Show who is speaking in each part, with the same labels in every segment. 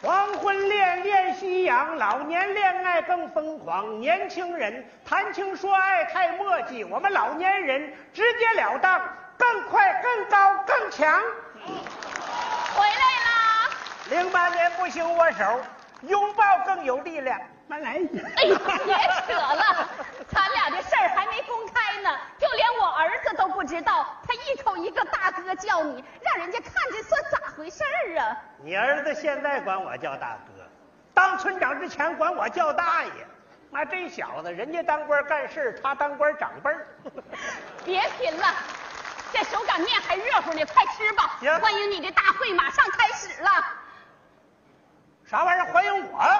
Speaker 1: 黄昏恋恋夕阳，老年恋爱更疯狂。年轻人谈情说爱太墨迹，我们老年人直截了当，更快、更高、更强。
Speaker 2: 回来啦！
Speaker 1: 零八年不朽我手，拥抱更有力量。慢来一下。
Speaker 2: 哎呀，别扯了，咱俩这事儿还没公开呢，就连我儿子都不知道，他一口一个大哥叫你，让人家看这算咋回事儿啊？
Speaker 1: 你儿子现在管我叫大哥，当村长之前管我叫大爷。那这小子，人家当官干事，他当官长辈儿。
Speaker 2: 别贫了，这手擀面还热乎呢，快吃吧！
Speaker 1: 行
Speaker 2: 欢迎你的大会马上开始了
Speaker 1: 啥玩意儿？欢迎我？
Speaker 2: 啊！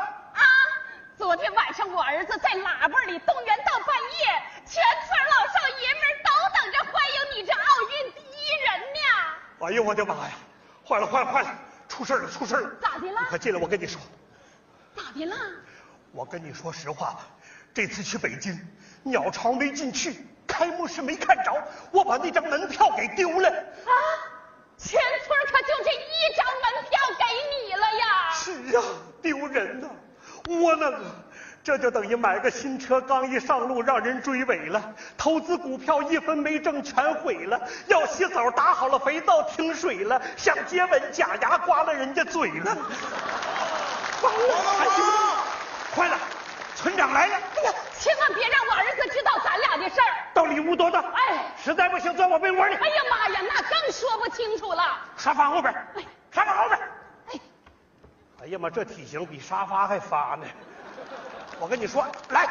Speaker 2: 昨天晚上我儿子在喇叭里动员到半夜，全村老少爷们儿都等着欢迎你这奥运第一人呢。
Speaker 3: 哎呦我的妈呀！坏了坏了坏了！出事儿了出事儿了！
Speaker 2: 咋的了
Speaker 3: 你快进来，我跟你说，
Speaker 2: 咋的了？
Speaker 3: 我跟你说实话吧，这次去北京，鸟巢没进去，开幕式没看着，我把那张门票给丢了。
Speaker 2: 啊！全村可就这一张门票给你了呀！
Speaker 3: 是呀，丢人呐，窝囊啊！这就等于买个新车，刚一上路让人追尾了；投资股票一分没挣，全毁了；要洗澡打好了肥皂停水了；想接吻假牙刮了人家嘴了。完了，还行吗？快了，村长来了，
Speaker 2: 哎呀，千万别让我儿子知道咱俩的事儿！
Speaker 3: 到里屋躲躲。
Speaker 2: 哎
Speaker 3: 实在不行钻我被窝里，
Speaker 2: 哎呀妈呀，那更说不清楚了。
Speaker 3: 沙发后边儿
Speaker 2: 哎，
Speaker 3: 沙发后边儿。
Speaker 2: 哎，
Speaker 3: 哎呀妈，这体型比沙发还发呢！我跟你说，来，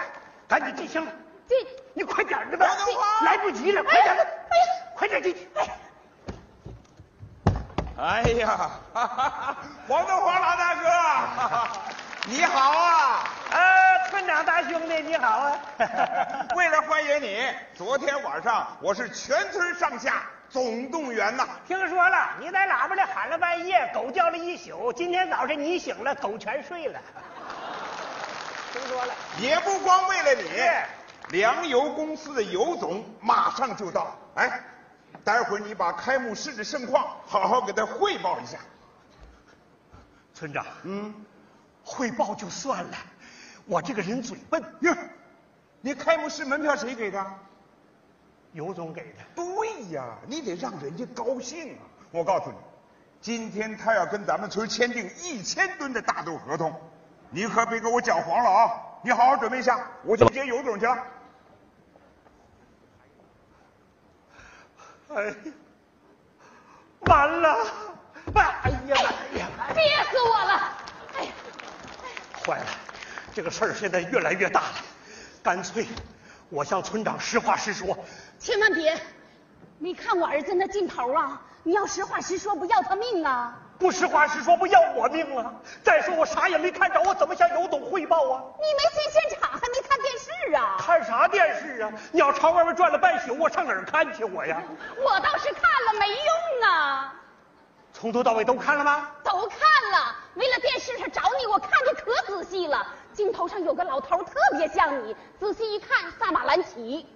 Speaker 3: 赶紧进行了。
Speaker 2: 这
Speaker 3: 你快点儿的吧
Speaker 2: 我等会儿，
Speaker 3: 来不及了，快点儿的，
Speaker 2: 哎呀，
Speaker 3: 快点儿进去。
Speaker 4: 哎 呀，黄德华老大哥， 你好啊！
Speaker 1: 呃，村长大兄弟你好啊。
Speaker 4: 为了欢迎你，昨天晚上我是全村上下总动员呐、
Speaker 1: 听说了，你在喇叭里喊了半夜，狗叫了一宿。今天早晨你醒了，狗全睡了。听说了，
Speaker 4: 也不光为了
Speaker 1: 是
Speaker 4: 你，粮油公司的尤总马上就到，哎，待会儿你把开幕式的盛况好好给他汇报一下。
Speaker 3: 村长，嗯，汇报就算了，我这个人嘴笨，
Speaker 4: 哟，你开幕式门票谁给的？
Speaker 3: 尤总给的。
Speaker 4: 对呀，你得让人家高兴啊！我告诉你，今天他要跟咱们村签订一千吨的大豆合同，你可别给我搅黄了啊！你好好准备一下，我去接尤总去了。
Speaker 3: 哎，完了，哎呀哎呀，
Speaker 2: 憋死我了！哎呀，
Speaker 3: 坏了，这个事儿现在越来越大了，干脆我向村长实话实说。
Speaker 2: 千万别！你看我儿子那劲头啊，你要实话实说，不要他命啊！
Speaker 3: 不实话实说，不要我命了。再说我啥也没看着，我怎么向尤总汇报啊？
Speaker 2: 你没进现场，还没看电视啊？
Speaker 3: 看啥电视啊？鸟巢外面转了半宿，我上哪儿看去我呀？
Speaker 2: 我倒是看了，没用啊！
Speaker 3: 从头到尾都看了吗？
Speaker 2: 都看了，为了电视上找你，我看的可仔细了。镜头上有个老头儿特别像你，仔细一看，萨马兰奇。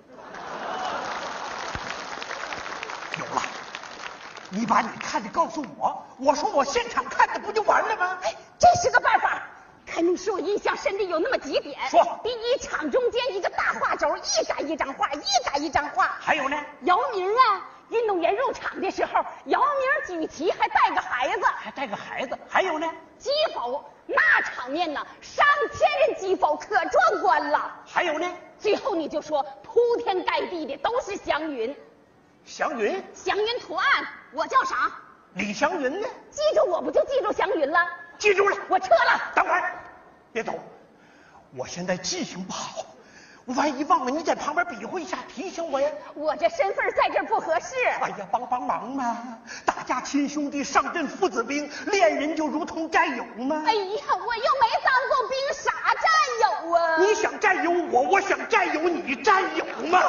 Speaker 3: 有了，你把你看的告诉我，我说我现场看的不就完了吗？
Speaker 2: 哎，这是个办法。开幕式我印象深的有那么几点。
Speaker 3: 说
Speaker 2: 第一，场中间一个大画轴，一杆一张画，一杆一张画。
Speaker 3: 还有呢？
Speaker 2: 姚明啊，运动员入场的时候，姚明举旗还带个孩子，
Speaker 3: 还带个孩子，还有呢？
Speaker 2: 击否那场面呢，上千人击否，可壮观了。
Speaker 3: 还有呢？
Speaker 2: 最后你就说铺天盖地的都是祥云，
Speaker 3: 祥云，
Speaker 2: 祥云图案，我叫啥？
Speaker 3: 李祥云呢？
Speaker 2: 记住我不就记住祥云了？
Speaker 3: 记住了，
Speaker 2: 我撤了。
Speaker 3: 等会儿，别走，我现在记性不好，我万一忘了，你在旁边比划一下，提醒我呀。
Speaker 2: 我这身份在这儿不合适。
Speaker 3: 哎呀，帮帮忙嘛！打架亲兄弟，上阵父子兵，恋人就如同战友嘛。
Speaker 2: 哎呀，我又没当过兵，啥战友啊？
Speaker 3: 你想占有我，我想占有你，占有嘛，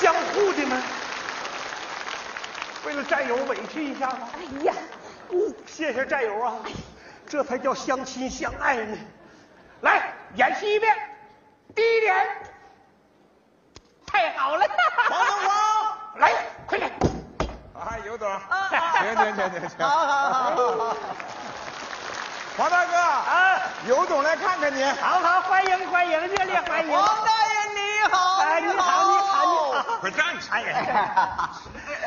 Speaker 3: 相互的嘛。为了战友委屈一下吧，
Speaker 2: 哎呀，你
Speaker 3: 谢谢战友啊，这才叫相亲相爱呢。来演戏一遍，第一点，
Speaker 2: 太好了！
Speaker 4: 王德华，
Speaker 3: 来，快点，
Speaker 5: 啊
Speaker 4: 啊啊，尤总，行行行行行，
Speaker 5: 好好好好好，
Speaker 4: 黄大哥，
Speaker 3: 啊，
Speaker 4: 有种来看看你。
Speaker 3: 好好欢迎欢迎，热烈欢迎！
Speaker 5: 王大人你好，
Speaker 3: 哎，你好，你好，你好。哎
Speaker 4: 快站 起来！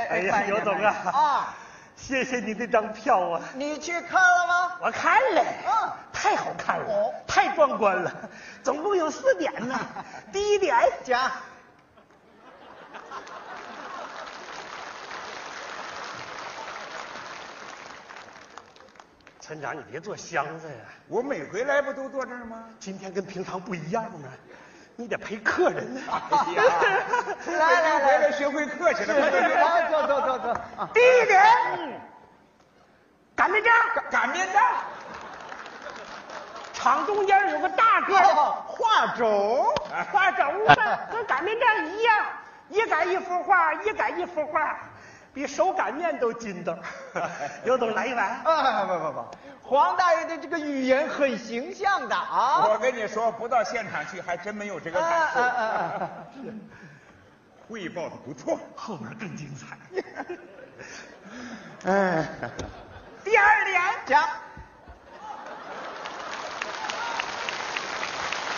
Speaker 6: 哎呀，刘总啊，
Speaker 5: 啊，
Speaker 6: 谢谢你那张票啊，
Speaker 5: 你去看了吗？
Speaker 6: 我看了，
Speaker 5: 嗯
Speaker 6: 太好看了
Speaker 5: 哦，
Speaker 6: 太壮观了，总共有四点 呢。第一点，
Speaker 5: 讲，
Speaker 6: 村长你别做箱子呀，
Speaker 4: 我每回来不都坐这儿吗？
Speaker 6: 今天跟平常不一样啊，你得陪客人呢。
Speaker 4: 哎呀，
Speaker 5: 来 来
Speaker 4: 回来
Speaker 5: 来，
Speaker 4: 学会客气了。快快快
Speaker 5: 啊来走走走走啊，
Speaker 3: 第一点，擀面杖，
Speaker 4: 擀面杖，
Speaker 3: 厂中间有个大个
Speaker 4: 哦
Speaker 3: 的
Speaker 5: 画轴，
Speaker 3: 画轴嘛，跟擀面杖一样，一擀一幅画，一擀一幅画。
Speaker 6: 比手擀面都筋道。刘总来一碗，
Speaker 5: 啊不不不，黄大人的这个语言很形象的啊，
Speaker 4: 我跟你说，不到现场去还真没有这个
Speaker 5: 啊
Speaker 4: 感
Speaker 5: 啊
Speaker 4: 受。
Speaker 5: 啊，
Speaker 4: 汇报的不错。
Speaker 6: 后边更精彩。
Speaker 5: 哎，
Speaker 3: 第二点，
Speaker 5: 讲，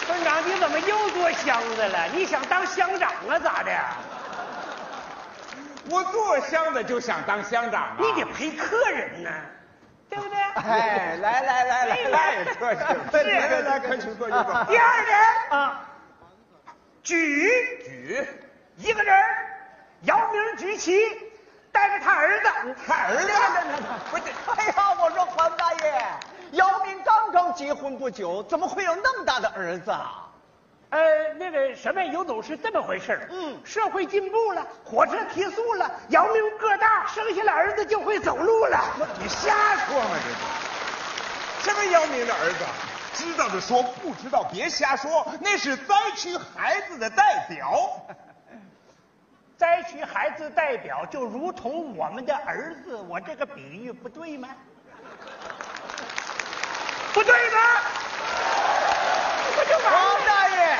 Speaker 3: 村长你怎么又做箱子了？你想当乡长啊？咋的？
Speaker 4: 我做乡的就想当乡长啊！
Speaker 3: 你得陪客人呢，对不对？
Speaker 5: 哎，来来来来
Speaker 4: 太
Speaker 5: 来，
Speaker 4: 客气了，
Speaker 5: 是
Speaker 4: 哎来来来，快请坐，就坐。
Speaker 3: 第二点，
Speaker 6: 啊，
Speaker 3: 举
Speaker 4: 举，
Speaker 3: 一个人儿，姚明举旗，带着他儿子，
Speaker 4: 他儿子，
Speaker 5: 不是，哎呀，我说黄大爷，姚明刚刚结婚不久，怎么会有那么大的儿子啊？
Speaker 3: 呃，那个什么，尤总是这么回事儿。嗯，社会进步了，火车提速了，姚明个大，生下了儿子就会走路了。
Speaker 4: 你瞎说嘛这是？什么姚明的儿子？知道的说，不知道别瞎说，那是灾区孩子的代表。
Speaker 3: 灾区孩子代表就如同我们的儿子，我这个比喻不对吗？不对吗？不就完
Speaker 5: 王
Speaker 3: 了？
Speaker 5: 大爷，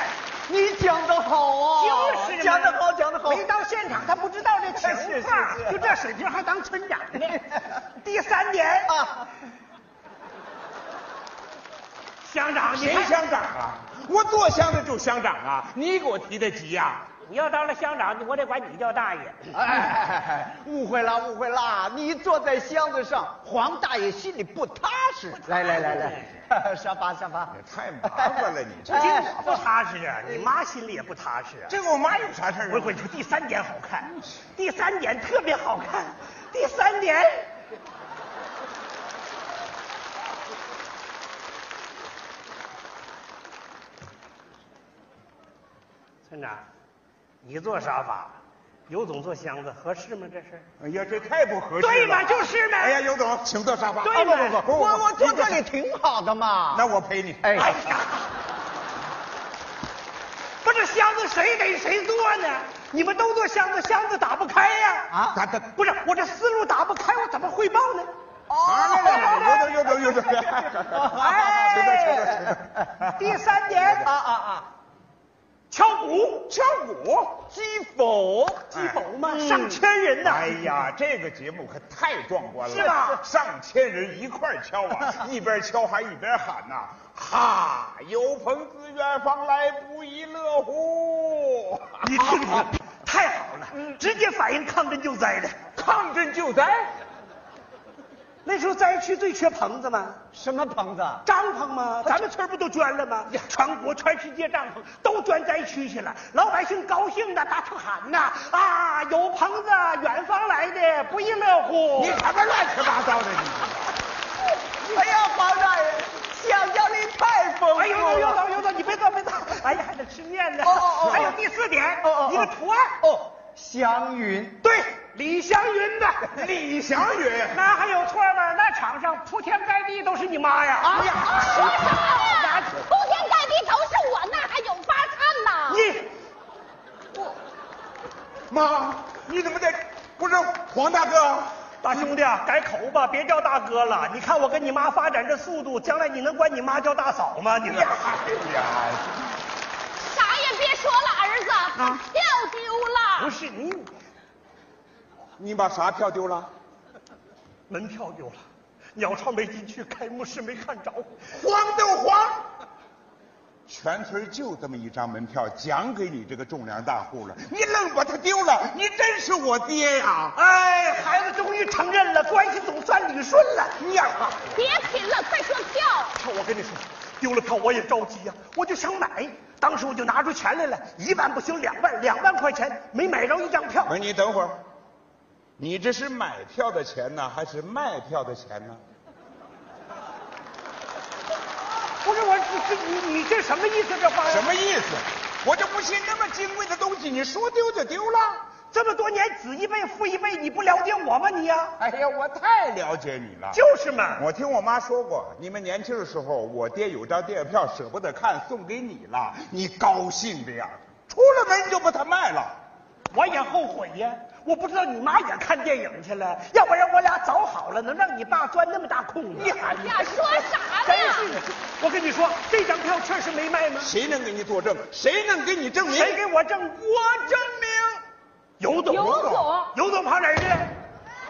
Speaker 5: 你讲的好啊，
Speaker 3: 就是嘛
Speaker 5: 讲的好，讲的好。
Speaker 3: 没到现场他不知道这情况，
Speaker 5: 是是是
Speaker 3: 就这水平还当村长 呢。第三点，
Speaker 5: 啊，
Speaker 3: 乡长，你
Speaker 4: 谁
Speaker 3: 看
Speaker 4: 乡长啊？我做乡的就乡长啊！你给我提的急呀、
Speaker 3: 你要当了乡长，我得管你叫大爷。
Speaker 5: 哎哎，哎误会啦，误会啦，你坐在箱子上，黄大爷心里不踏实。来来来来，沙发沙发
Speaker 4: 也。太麻烦了你这
Speaker 5: 哎
Speaker 6: 这我不踏实啊，你妈心里也不踏实啊。
Speaker 4: 这跟我妈有啥事儿
Speaker 6: 我
Speaker 4: 啊
Speaker 6: 跟？你说，第三点好看，
Speaker 3: 第三点特别好看，第三点，
Speaker 6: 村长，你坐沙发，尤总坐箱子，合适吗？这是？
Speaker 4: 哎呀，这太不合适了。
Speaker 3: 对嘛就是嘛
Speaker 4: 哎呀，尤总，请坐沙发。
Speaker 3: 对嘛
Speaker 4: 啊不不不，
Speaker 5: 我我坐
Speaker 4: 你
Speaker 5: 这里挺好的嘛。
Speaker 4: 那我陪你。
Speaker 5: 哎
Speaker 3: 哎呀，不是箱子谁逮谁坐呢？你们都坐箱子，箱子打不开呀、
Speaker 5: 啊
Speaker 4: 咱咱
Speaker 3: 不是我这思路打不开，我怎么汇报呢？
Speaker 4: 啊，那有有有有 有有。
Speaker 3: 哎
Speaker 4: 哎，
Speaker 3: 第三点，
Speaker 5: 啊啊啊！
Speaker 3: 敲鼓，
Speaker 4: 敲鼓。
Speaker 5: 击否？
Speaker 3: 鸡否嘛，上千人呐。
Speaker 4: 嗯哎呀，这个节目可太壮观了，
Speaker 3: 是吧
Speaker 4: 上千人一块儿敲 啊，一边敲还一边喊呐、哈！有朋自远方来，不亦乐乎！
Speaker 6: 你听
Speaker 3: 哦
Speaker 6: 听，太好了，直接反映抗震救灾的。
Speaker 4: 抗震救灾，
Speaker 3: 那时候灾区最缺棚子嘛，
Speaker 5: 什么棚子？
Speaker 3: 帐篷嘛，咱们村儿不都捐了吗？全国、全世界帐篷都捐灾区去了，老百姓高兴的大声喊呐啊！有棚子，远方来的不亦乐乎。
Speaker 4: 你什么乱七八糟的你？
Speaker 5: 哎呀，黄大人，想象力太丰富了。
Speaker 3: 哎呦呦呦呦呦呦！你别坐别坐，哎呀还得吃面呢。
Speaker 5: 哦哦哦
Speaker 3: 还有第四点，
Speaker 5: 哦哦哦
Speaker 3: 一个图案，
Speaker 5: 哦，祥云。
Speaker 3: 对，李祥云的。
Speaker 4: 李祥云，
Speaker 3: 那还有错吗？那场上铺天盖地都是你妈呀！
Speaker 5: 哎呀，
Speaker 2: 啊说啥呀？铺天盖地都是我，那还有法看呐？
Speaker 3: 你
Speaker 4: 妈，你怎么在？不是黄大哥，
Speaker 6: 大兄弟啊，改口吧，别叫大哥了。你看我跟你妈发展这速度，将来你能管你妈叫大嫂吗？你
Speaker 4: 哎
Speaker 6: 们
Speaker 4: 呀，哎呀。
Speaker 2: 啥也别说了，儿子，票丢
Speaker 6: 不
Speaker 2: 了。
Speaker 6: 是你
Speaker 4: 你把啥票丢了？
Speaker 6: 门票丢了，
Speaker 3: 鸟巢没进去，开幕式没看着。
Speaker 4: 黄都黄。全村就这么一张门票，奖给你这个种粮大户了，你愣把它丢了，你真是我爹呀、
Speaker 3: 哎，孩子终于承认了，关系总算捋顺了。啊
Speaker 4: 你呀，
Speaker 2: 别贫了，快说票。
Speaker 3: 我跟你说，丢了票我也着急呀、我就想买，当时我就拿出钱来了，一万不行，两万，两万块钱没买着一张票
Speaker 4: 不。是你等会儿，你这是买票的钱呢，还是卖票的钱呢？
Speaker 3: 不是我，这这你你这什么意思？这话
Speaker 4: 什么意思？我就不信那么金贵的东西，你说丢就丢了。
Speaker 3: 这么多年子一辈父一辈，你不了解我吗？你呀、
Speaker 4: 哎呀，我太了解你了。
Speaker 3: 就是嘛。
Speaker 4: 我听我妈说过，你们年轻的时候，我爹有张电影票舍不得看，送给你了，你高兴的呀，出了门就把它卖了。
Speaker 3: 我也后悔呀，我不知道你妈也看电影去了，要不然我俩早好了，能让你爸钻那么大空子。你
Speaker 2: 哎呀，说啥
Speaker 3: 真
Speaker 2: 呢？
Speaker 3: 是！我跟你说，这张票确实没卖吗？
Speaker 4: 谁能给你作证？谁能给你证明？
Speaker 3: 谁给我证？我证明。尤董，
Speaker 2: 尤总
Speaker 3: 尤总跑哪儿去了？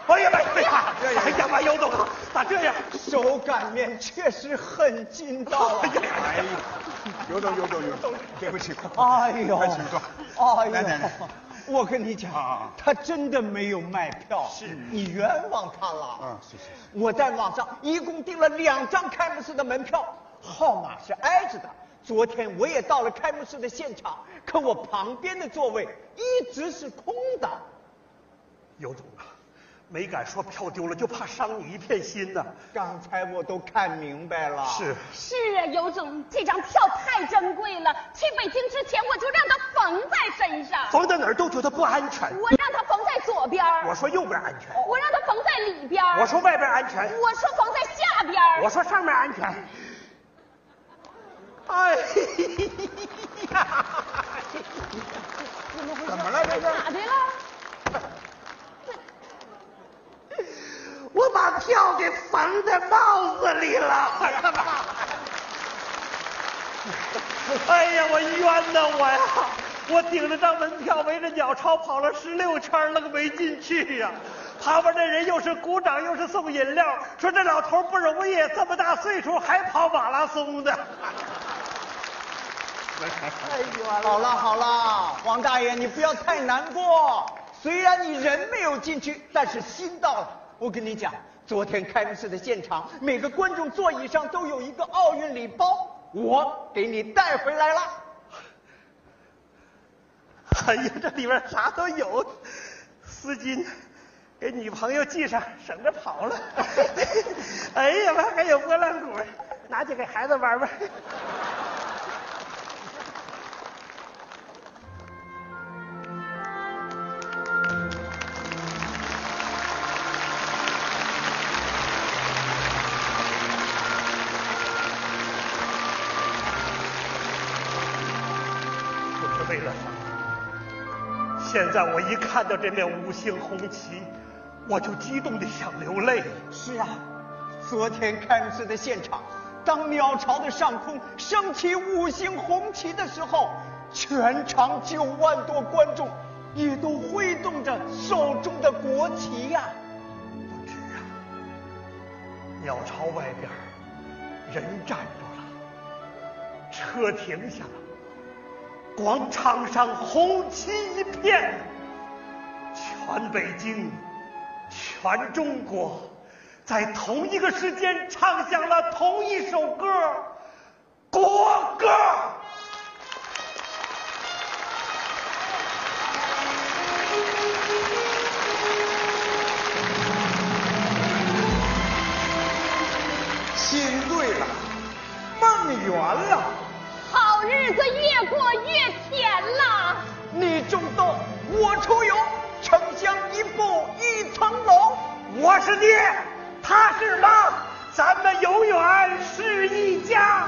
Speaker 3: 哎呀妈呀！哎呀哎呀哎呀妈！尤总咋这样？
Speaker 5: 手擀面确实很劲道啊！
Speaker 4: 哎呀，有种有种有种，对不起，
Speaker 5: 哎呦，
Speaker 4: 快请坐。
Speaker 5: 哎
Speaker 4: 来来来
Speaker 5: 呦，我跟你讲
Speaker 4: 啊，
Speaker 5: 他真的没有卖票，是你冤枉他了。
Speaker 4: 嗯是是是
Speaker 5: 我在网上一共订了两张开幕式的门票，号码是挨着的。昨天我也到了开幕式的现场，可我旁边的座位一直是空的。
Speaker 3: 尤总啊，没敢说票丢了，就怕伤你一片心呐、
Speaker 5: 刚才我都看明白了，
Speaker 3: 是，
Speaker 2: 是啊，尤总，这张票太珍贵了。去北京之前，我就让它缝在身上，
Speaker 3: 缝到哪儿都觉得不安全。
Speaker 2: 我让它缝在左边儿，
Speaker 3: 我说右边安全，
Speaker 2: 我让它缝在里边儿，
Speaker 3: 我说外边安全，
Speaker 2: 我说缝在下边儿
Speaker 3: 我说上面安全。哎呀！
Speaker 4: 怎么了这是？
Speaker 2: 咋的了？
Speaker 3: 我把票给缝在帽子里了。 哎呀，我冤呐我呀！我顶着张门票，围着鸟巢跑了十六圈，愣没进去呀、旁边那人又是鼓掌又是送饮料，说这老头不容易，这么大岁数还跑马拉松的。
Speaker 5: 好了好了，黄大爷，你不要太难过。虽然你人没有进去，但是心到了。我跟你讲，昨天开幕式的现场，每个观众座椅上都有一个奥运礼包，我给你带回来了。
Speaker 3: 哎呀，这里边啥都有，丝巾给女朋友系上，省着跑了。 哎呀妈，还有拨浪鼓，拿去给孩子玩玩。就是为了他。现在我一看到这面五星红旗，我就激动的想流泪。
Speaker 5: 是啊，昨天开幕式的现场，当鸟巢的上空升起五星红旗的时候，全场九万多观众也都挥动着手中的国旗呀、
Speaker 3: 不知啊，鸟巢外边儿人站住了，车停下了，广场上红旗一片，全北京，全中国，在同一个时间唱响了同一首歌——国歌。
Speaker 4: 心对了，梦圆了。
Speaker 2: 好日子越过越甜了。
Speaker 5: 你种豆，我出油，城乡一步一层楼。
Speaker 3: 我是爹，他是妈，咱们永远是一家。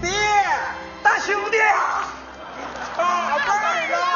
Speaker 3: 爹，大兄弟啊！
Speaker 4: 宝贝儿啊！